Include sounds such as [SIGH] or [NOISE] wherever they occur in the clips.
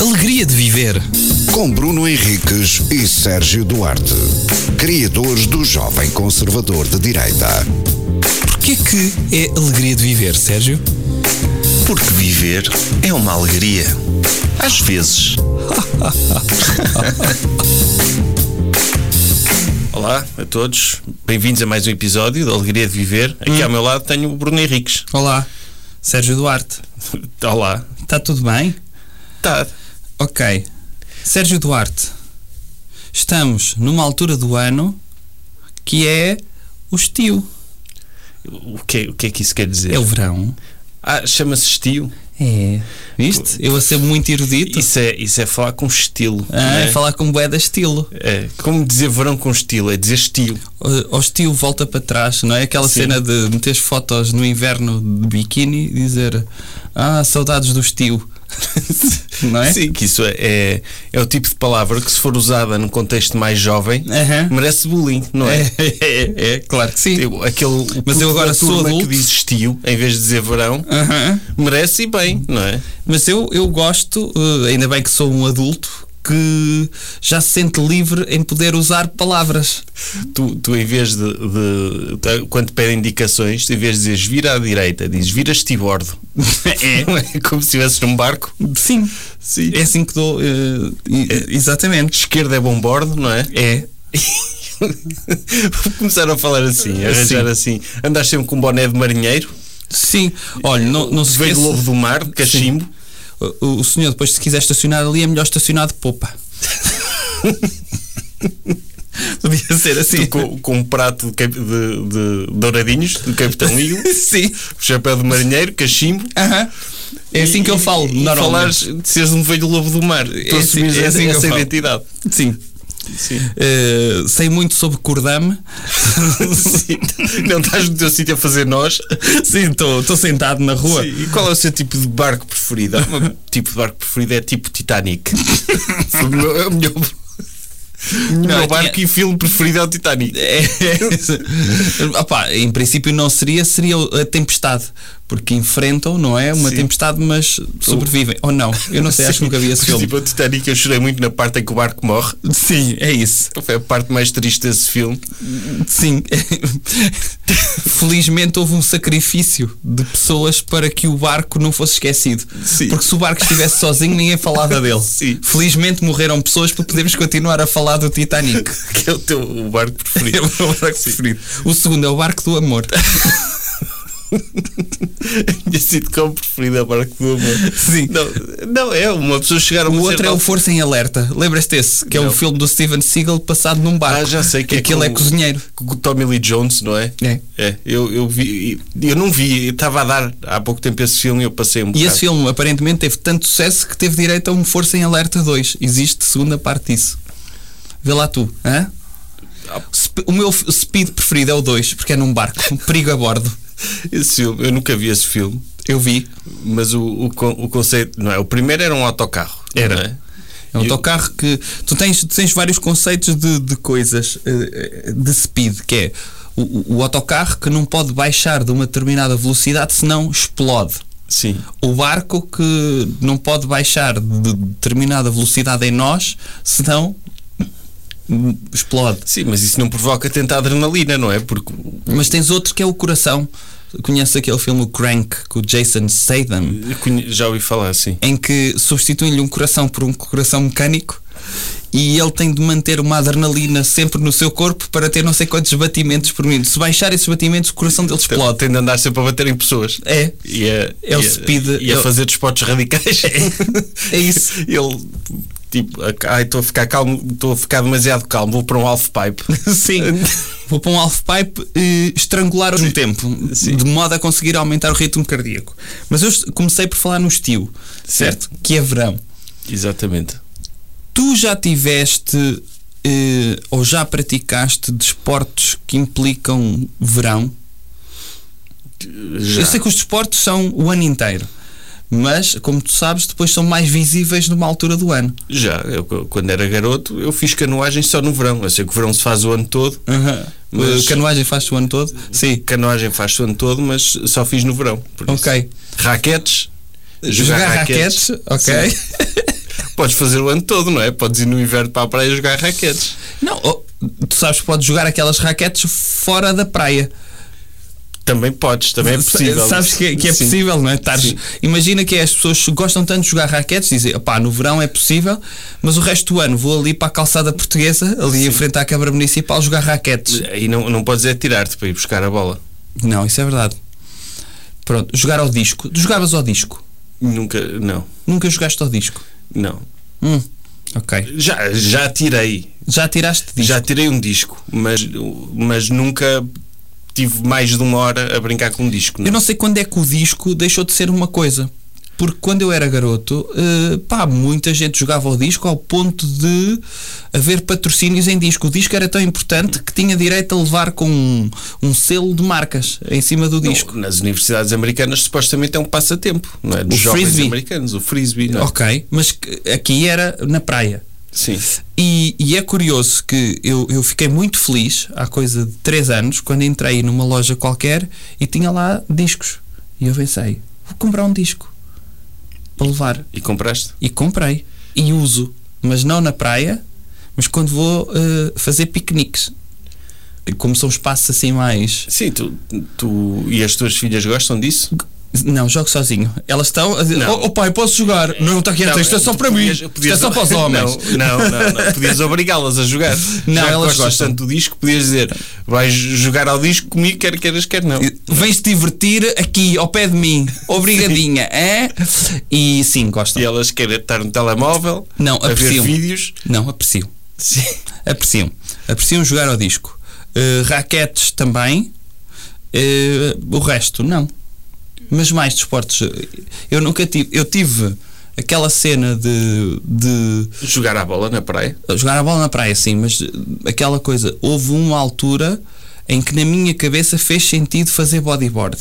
alegria de viver. Com Bruno Henriques e Sérgio Duarte, criadores do Jovem Conservador de Direita. Porquê que é alegria de viver, Sérgio? Porque viver é uma alegria. Às vezes. Olá a todos, bem-vindos a mais um episódio da Alegria de Viver. Aqui ao Hum. meu lado tenho o Bruno Henriques. [LAUGHS] Olá, Sérgio Duarte. Olá. Está tudo bem? Tá. Ok. Sérgio Duarte, estamos numa altura do ano que é o estio. O que, é- o que é que isso quer dizer? É o verão. Ah, chama-se estilo. É. Viste? Eu a ser muito erudito. Isso é, isso é falar com estilo. não Então- Ah, é? é falar com boeda estilo. É, como dizer verão com estilo? É dizer estilo. O hostil volta para trás, não é? Aquela Sim. cena de meter fotos no inverno de biquíni e dizer Ah, saudades do estio. [LAUGHS] não é? Sim, que isso é, é, é o tipo de palavra que, se for usada num contexto mais jovem, Aham. merece bullying, não [LAUGHS] é? É, é, é, claro que sim. Eu- aquele o puto eu agora da sou turma adulto. Ah. que diz estio, em vez de dizer verão, Aham. merece e bem, não é? Mas eu, eu gosto, eh, ainda bem que sou um adulto, que já se sente livre em poder usar palavras. Tu, tu em vez de, de- de- Quando te pedem indicações, tu em vez de dizeres vira à direita, dizes [LAUGHS] vira estibordo. é. Como se estivesses num barco. Sim. Sim. É assim que dou. eh, e- Exatamente. Esquerda é bom bordo, não é? É. [LAUGHS] Começaram a falar assim, a arranjar assim. Andas sempre com um boné de marinheiro, Sim. Olha, não, não se veio do esqueça- lobo do mar, de cachimbo. O, o senhor, depois, se quiser estacionar ali, é melhor estacionar de [LAUGHS] popa. Podia ser assim. Tu com, com um prato de, cap- de- de douradinhos [LAUGHS] do Capitão Eagle, [LAUGHS] Sim. chapéu de marinheiro, cachimbo. Aham. É assim que eu falo, e, e normalmente. falares de seres um velho lobo do mar. Tu É assumes assim- é essa, assim que eu essa falo. identidade. Sim. Sim. Eh, sei muito sobre cordame. Não estás no teu sítio a fazer nós. [LAUGHS] Sim, estou sentado na rua. E qual é o seu tipo de barco preferido? Há um tipo de barco preferido é tipo Titanic. [LAUGHS] o meu, é o meu, o meu eu barco tinha- e filme preferido é o Titanic. Opá, é em princípio não seria, seria a tempestade. Porque enfrentam, não é? Uma Sim. tempestade, mas sobrevivem. Ou não? Eu não sei, acho que nunca vi esse filme. Tipo, o Titanic eu chorei muito na parte em que o barco morre. Sim, é isso. Foi a parte mais triste desse filme. Sim. Felizmente houve um sacrifício de pessoas para que o barco não fosse esquecido. Sim. Porque se o barco estivesse sozinho, ninguém falava dele. Sim. Felizmente morreram pessoas para podermos continuar a falar do Titanic. [LAUGHS] Que é o teu o barco preferido. É o meu barco Sim. preferido. O segundo é o barco do amor. [LAUGHS] A minha sitcom preferida é o barco do amor. Sim. Não, não, é uma pessoa chegar a O uma outro certa é o altura- Força em Alerta. Lembras-te desse? Que é um Não. filme do Steven Seagal passado num barco. Ah, já sei que é Aquele com- é cozinheiro. com o Tommy Lee Jones, não é? É. eu, eu vi, eu não vi, eu estava a dar há pouco tempo esse filme e eu passei um E bocado. esse filme aparentemente teve tanto sucesso que teve direito a um Força em Alerta 2. Existe segunda parte disso. Vê lá tu, hã? Sp- O meu f- speed preferido é o 2, porque é num barco, um perigo a bordo. Esse filme, eu nunca vi esse filme, Eu vi. mas o, o, con- o conceito, não é? O primeiro era um autocarro. não Era. é? É um E o- autocarro que. Tu tens, tu tens vários conceitos de, de coisas eh, eh, de speed, que é o- o, o autocarro que não pode baixar de uma determinada velocidade, senão explode. Sim. O barco que não pode baixar de determinada velocidade em nós, senão hum, explode. Sim, mas isso não provoca tanta adrenalina, não é? Porque Mas tens outro que é o coração. Conhece aquele filme o Crank com o Jason Statham, eu conhe- já ouvi falar assim. em que substituem-lhe um coração por um coração mecânico e ele tem de manter uma adrenalina sempre no seu corpo para ter não sei quantos batimentos por minuto. Se baixar esses batimentos, o coração dele Pode, explode. tem de andar sempre a bater em pessoas. É. E a, É o e a- speed, E a é o- fazer desportos radicais. [LAUGHS] É isso. Ele, tipo, ac- ai, estou a ficar calmo, estou a ficar demasiado calmo, vou para um half [LAUGHS] pipe. Sim. Vou para um half-pipe e estrangular um tempo, de modo a conseguir aumentar o ritmo cardíaco. Mas eu est- comecei por falar no estilo, certo? Que é verão. Exatamente. Tu já tiveste eh, ou já praticaste desportos que implicam verão? Já. Eu sei que os desportos são o ano inteiro, mas, como tu sabes, depois são mais visíveis numa altura do ano. Já, eu, co- quando era garoto, eu fiz canoagem só no verão. Eu sei que o verão se faz o ano todo, Mas- Eh, Canoagem faz-se o ano todo? Sim. canoagem faz o ano todo, mas só fiz no verão. por isso. Ok. Raquetes, Jogar, raquetes, ok. Sim. [LAUGHS] podes fazer o ano todo, não é? Podes ir no inverno para a praia jogar raquetes. Não, oh, tu sabes que podes jogar aquelas raquetes fora da praia. Também podes, também é possível. Sabes que, que é Sim. possível, não é? Tares- Sim. imagina que é, as pessoas gostam tanto de jogar raquetes, dizem, pá, no verão é possível, mas o resto do ano vou ali para a calçada portuguesa, ali em frente à Câmara Municipal, jogar raquetes. E não, não podes é tirar-te para ir buscar a bola. Não, isso é verdade. Pronto, jogar ao disco. Tu jogavas ao disco? Nunca, não, Nunca jogaste ao disco? não. Hum, ok. Já, já tirei, Já tiraste disco? já tirei um disco, mas, mas nunca tive mais de uma hora a brincar com um disco. Eu não sei quando é que o disco deixou de ser uma coisa. Porque quando eu era garoto, eh, pá, muita gente jogava ao disco ao ponto de haver patrocínios em disco. O disco era tão importante que tinha direito a levar com um, um selo de marcas em cima do Não, disco. Nas universidades americanas supostamente é um passatempo, não é? Dos O jovens frisbee. americanos, o frisbee. Não é? Ok, mas que- aqui era na praia. Sim. E, e é curioso que eu, eu fiquei muito feliz há coisa de 3 anos quando entrei numa loja qualquer e tinha lá discos. E eu pensei, vou comprar um disco para levar. E compraste? E comprei. E uso. Mas não na praia, mas quando vou eh, fazer piqueniques. E Como são espaços assim mais. Sim, tu, tu e as tuas filhas gostam disso? Não, jogo sozinho. Elas estão a dizer: Não. Oh, oh pai, posso jogar? Não, está aqui atrás, isto é só para mim. Podias- Isto é podias- só para os homens. [LAUGHS] Não, não, não. não. Podias obrigá-las a jogar. Não, Já que elas gostas gostam. tanto do disco, podias dizer: vais jogar ao disco comigo, quer queiras, quer não. Vens-te divertir aqui, ao pé de mim. Obrigadinha, [LAUGHS] é? E sim, gostam. E elas querem estar no telemóvel, Não, a ver apreciam. vídeos. Não, aprecio. Sim. Apreciam. Apreciam jogar ao disco. Eh, raquetes também. Eh, o resto, não. Mas mais desportos. Eu nunca tive. Eu tive aquela cena de, de Jogar à bola na praia. jogar a bola na praia, sim, mas eh, aquela coisa. Houve uma altura em que na minha cabeça fez sentido fazer bodyboard.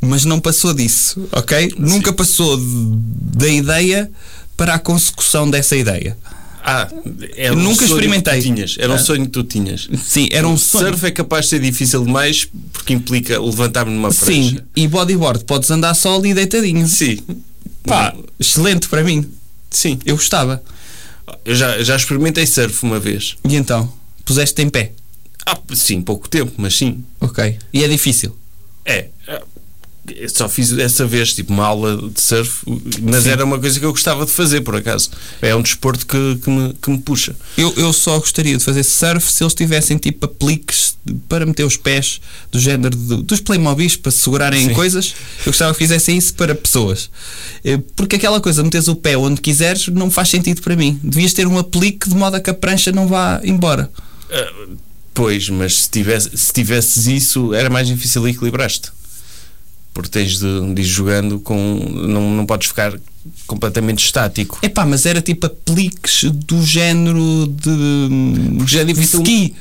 Mas não passou disso, ok? Nunca passou de- da ideia para a consecução dessa ideia. Ah, era Nunca sonho experimentei. que tu tinhas. Era um Ah. sonho que tu tinhas. Sim, era um sonho. Surf é capaz de ser difícil demais porque implica levantar-me numa prancha. Sim, e bodyboard, podes andar só ali deitadinho. Sim. Pá, excelente para mim. Sim. Eu gostava. Eu já, eu já experimentei surf uma vez. E então, puseste em pé. Ah, sim, pouco tempo, mas sim. Ok. E é difícil. É. ah, eu Só fiz essa vez, tipo, uma aula de surf, mas era uma coisa que eu gostava de fazer, por acaso. É um desporto que, que, me, que me puxa. Eu, eu só gostaria de fazer surf se eles tivessem tipo apliques de- para meter os pés do género do- dos Playmobis para se segurarem em coisas. Eu gostava que fizessem isso para pessoas. Eh, Porque aquela coisa, meteres o pé onde quiseres, não faz sentido para mim. Devias ter um aplique de modo a que a prancha não vá embora. Ah, pois, mas se, tivesse, se tivesses isso, era mais difícil equilibrar-te. Porque tens de, de ir jogando com. Não, não podes ficar completamente estático. Epá, mas era tipo apliques do género de. Porque já é de difícil. ski.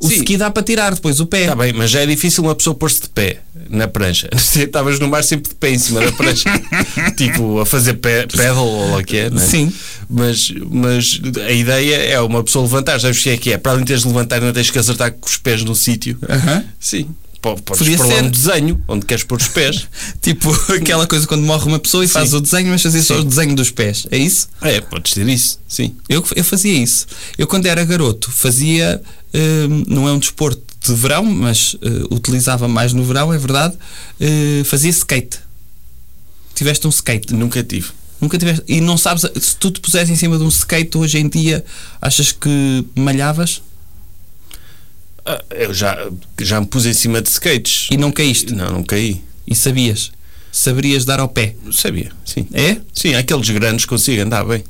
O Sim. ski dá para tirar depois o pé. Está bem, mas já é difícil uma pessoa pôr-se de pé na prancha. [LAUGHS] Estavas no mar sempre de pé em cima [LAUGHS] da prancha, tipo a fazer pé, pedal ou lá que é, não é? Sim. Mas, mas a ideia é uma pessoa levantar, sabes o que é que é? Para além de teres de levantar, não tens que acertar com os pés no sítio. Aham. Sim. Po- Podes Podia pôr lá ser. um desenho onde queres pôr os pés. [LAUGHS] Tipo aquela coisa quando morre uma pessoa e faz o desenho, mas fazia só o desenho dos pés. É isso? É, podes ter isso, sim. Eu, eu fazia isso. Eu, quando era garoto, fazia. hum, não é um desporto de verão, mas eh, utilizava mais no verão, é verdade. eh, fazia skate. Tiveste um skate. Nunca tive. Nunca tiveste. E não sabes. Se tu te pusesse em cima de um skate hoje em dia, achas que malhavas Ah, Eu já, já me pus em cima de skates. e não caíste? Não, não caí. E sabias? Saberias dar ao pé? Sabia, sim. É? Sim, aqueles grandes consigo andar bem.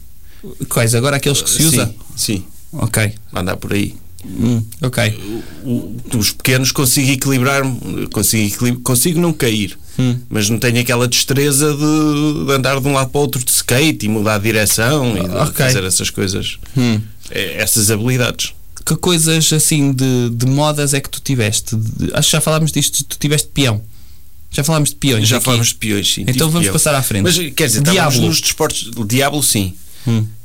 Quais? Agora aqueles que se usa? Sim, sim. Ok. andar por aí. Hum, ok. O- os pequenos consigo equilibrar-me, consigo, equili- consigo não cair, Hum. mas não tenho aquela destreza de, de andar de um lado para o outro de skate e mudar de direção e de Ah, ok. fazer essas coisas, Hum. É, essas habilidades. Que coisas assim de, de modas é que tu tiveste? De- acho que já falámos disto. Tu tiveste peão. Já falámos de peões. Já aqui. falámos de peões, sim. Então tive vamos peão. passar à frente. Mas quer dizer, estávamos Diablo. Hum. nos desportos. Diablo, sim.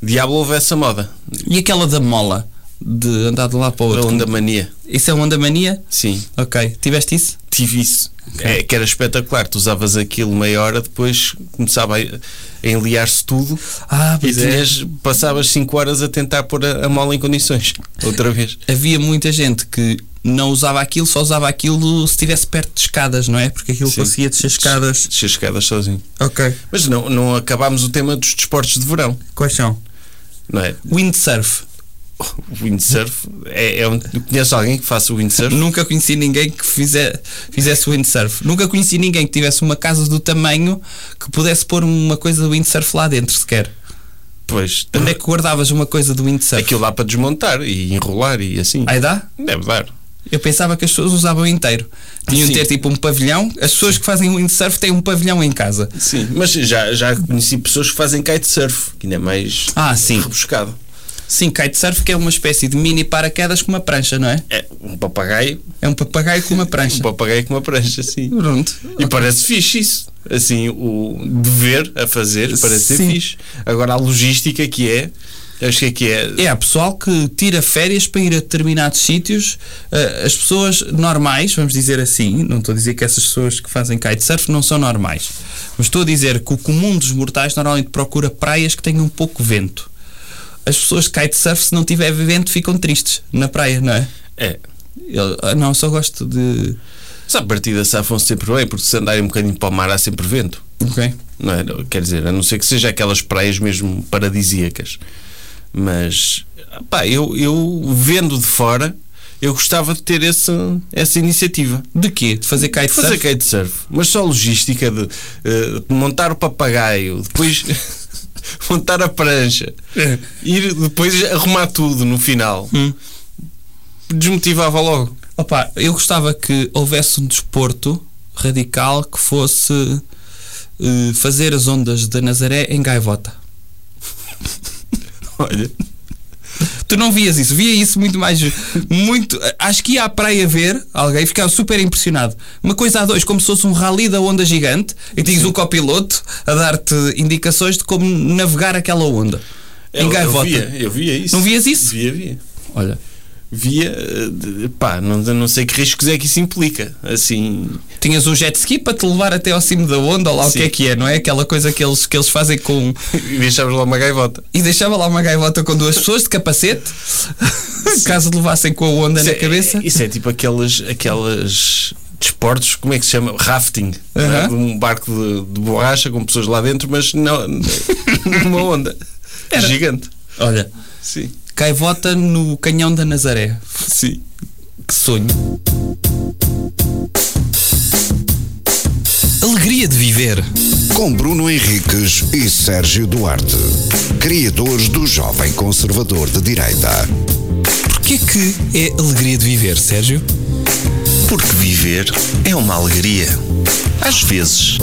Diablo houve essa moda. E aquela da mola? de andar de um lado para o A outro. onda mania. Isso é um andamania? Sim. Ok. Tiveste isso? Tive isso. É, que era espetacular. Tu usavas aquilo meia hora, depois começava a, a enliar-se tudo Ah, e pois é. tinhas, passavas 5 horas a tentar pôr a, a mola em condições. [LAUGHS] Outra vez. Havia muita gente que não usava aquilo, só usava aquilo se estivesse perto de escadas, não é? Porque aquilo Sim. conseguia descer escadas. Descer escadas sozinho. Ok. Mas não, não acabámos o tema dos desportos de verão, Quais são? não é? [LAUGHS] Windsurf. O windsurf. É, é um, conheces alguém que faça o windsurf? Nunca conheci ninguém que fize- fizesse windsurf. Nunca conheci ninguém que tivesse uma casa do tamanho que pudesse pôr uma coisa de windsurf lá dentro sequer. Pois. Onde é que guardavas uma coisa de windsurf? Aquilo lá para desmontar e enrolar e assim. Aí dá? Deve dar. Eu pensava que as pessoas usavam inteiro. Tinham de Sim. ter tipo um pavilhão. As pessoas que fazem windsurf têm um pavilhão em casa. Sim, mas já, já conheci pessoas que fazem kitesurf, que ainda é mais Ah, sim. rebuscado. Sim, kitesurf que é uma espécie de mini paraquedas com uma prancha, não é? É um papagaio, É um papagaio com uma prancha. um papagaio com uma prancha, sim. Pronto. E parece fixe isso. Assim, o dever a fazer parece ser Sim. fixe. Agora a logística que é, acho que é que é. É, há pessoal que tira férias para ir a determinados sítios. Ah, as pessoas normais, vamos dizer assim, não estou a dizer que essas pessoas que fazem kitesurf não são normais, mas estou a dizer que o comum dos mortais normalmente procura praias que tenham pouco vento. As pessoas de kitesurf, se não tiver vento, ficam tristes na praia, não é? é. Eu, ah, não, só gosto de. Só a partida safam-se sempre bem, porque se andarem um bocadinho para o mar há sempre vento. Ok. Não é? Quer dizer, a não ser que seja aquelas praias mesmo paradisíacas. Mas, pá, eu, eu vendo de fora, eu gostava de ter esse, essa iniciativa. De quê? De fazer De fazer kitesurf? kitesurf. Mas só logística de, eh, de montar o papagaio, depois [LAUGHS] montar a prancha, É. ir depois arrumar tudo no final. Desmotivava logo. Opa, eu gostava que houvesse um desporto radical que fosse eh, fazer as ondas da Nazaré em gaivota. [LAUGHS] Olha, Tu não vias isso, via isso muito mais. Muito, acho que ia à praia ver alguém, ficava super impressionado. Uma coisa a dois, como se fosse um rally da onda gigante e tinhas o copiloto a dar-te indicações de como navegar aquela onda em É, eu, eu gaivota. via, eu via isso. Não vias isso? Via, via. Olha, via, eh, de- pá, não, não sei que riscos é que isso implica. Assim, [LAUGHS] tinhas um jet ski para te levar até ao cimo da onda, ou lá o Sim. que é que é, não é? Aquela coisa que eles, que eles fazem com, um- deixavas lá uma gaivota. e deixava lá uma gaivota com duas pessoas de capacete, [LAUGHS] caso levassem com a onda na é- cabeça. isso é tipo aquelas, aquelas desportos, como é que se chama? Rafting. não é? Aham. De um barco de, de borracha com pessoas lá dentro, mas não, [LAUGHS] numa onda gigante. Olha, Sim, gaivota no canhão da Nazaré. sim. Que sonho! Alegria de viver. Com Bruno Henriques e Sérgio Duarte, criadores do Jovem Conservador de Direita. Porquê que é alegria de viver, Sérgio? Porque viver é uma alegria. Às vezes.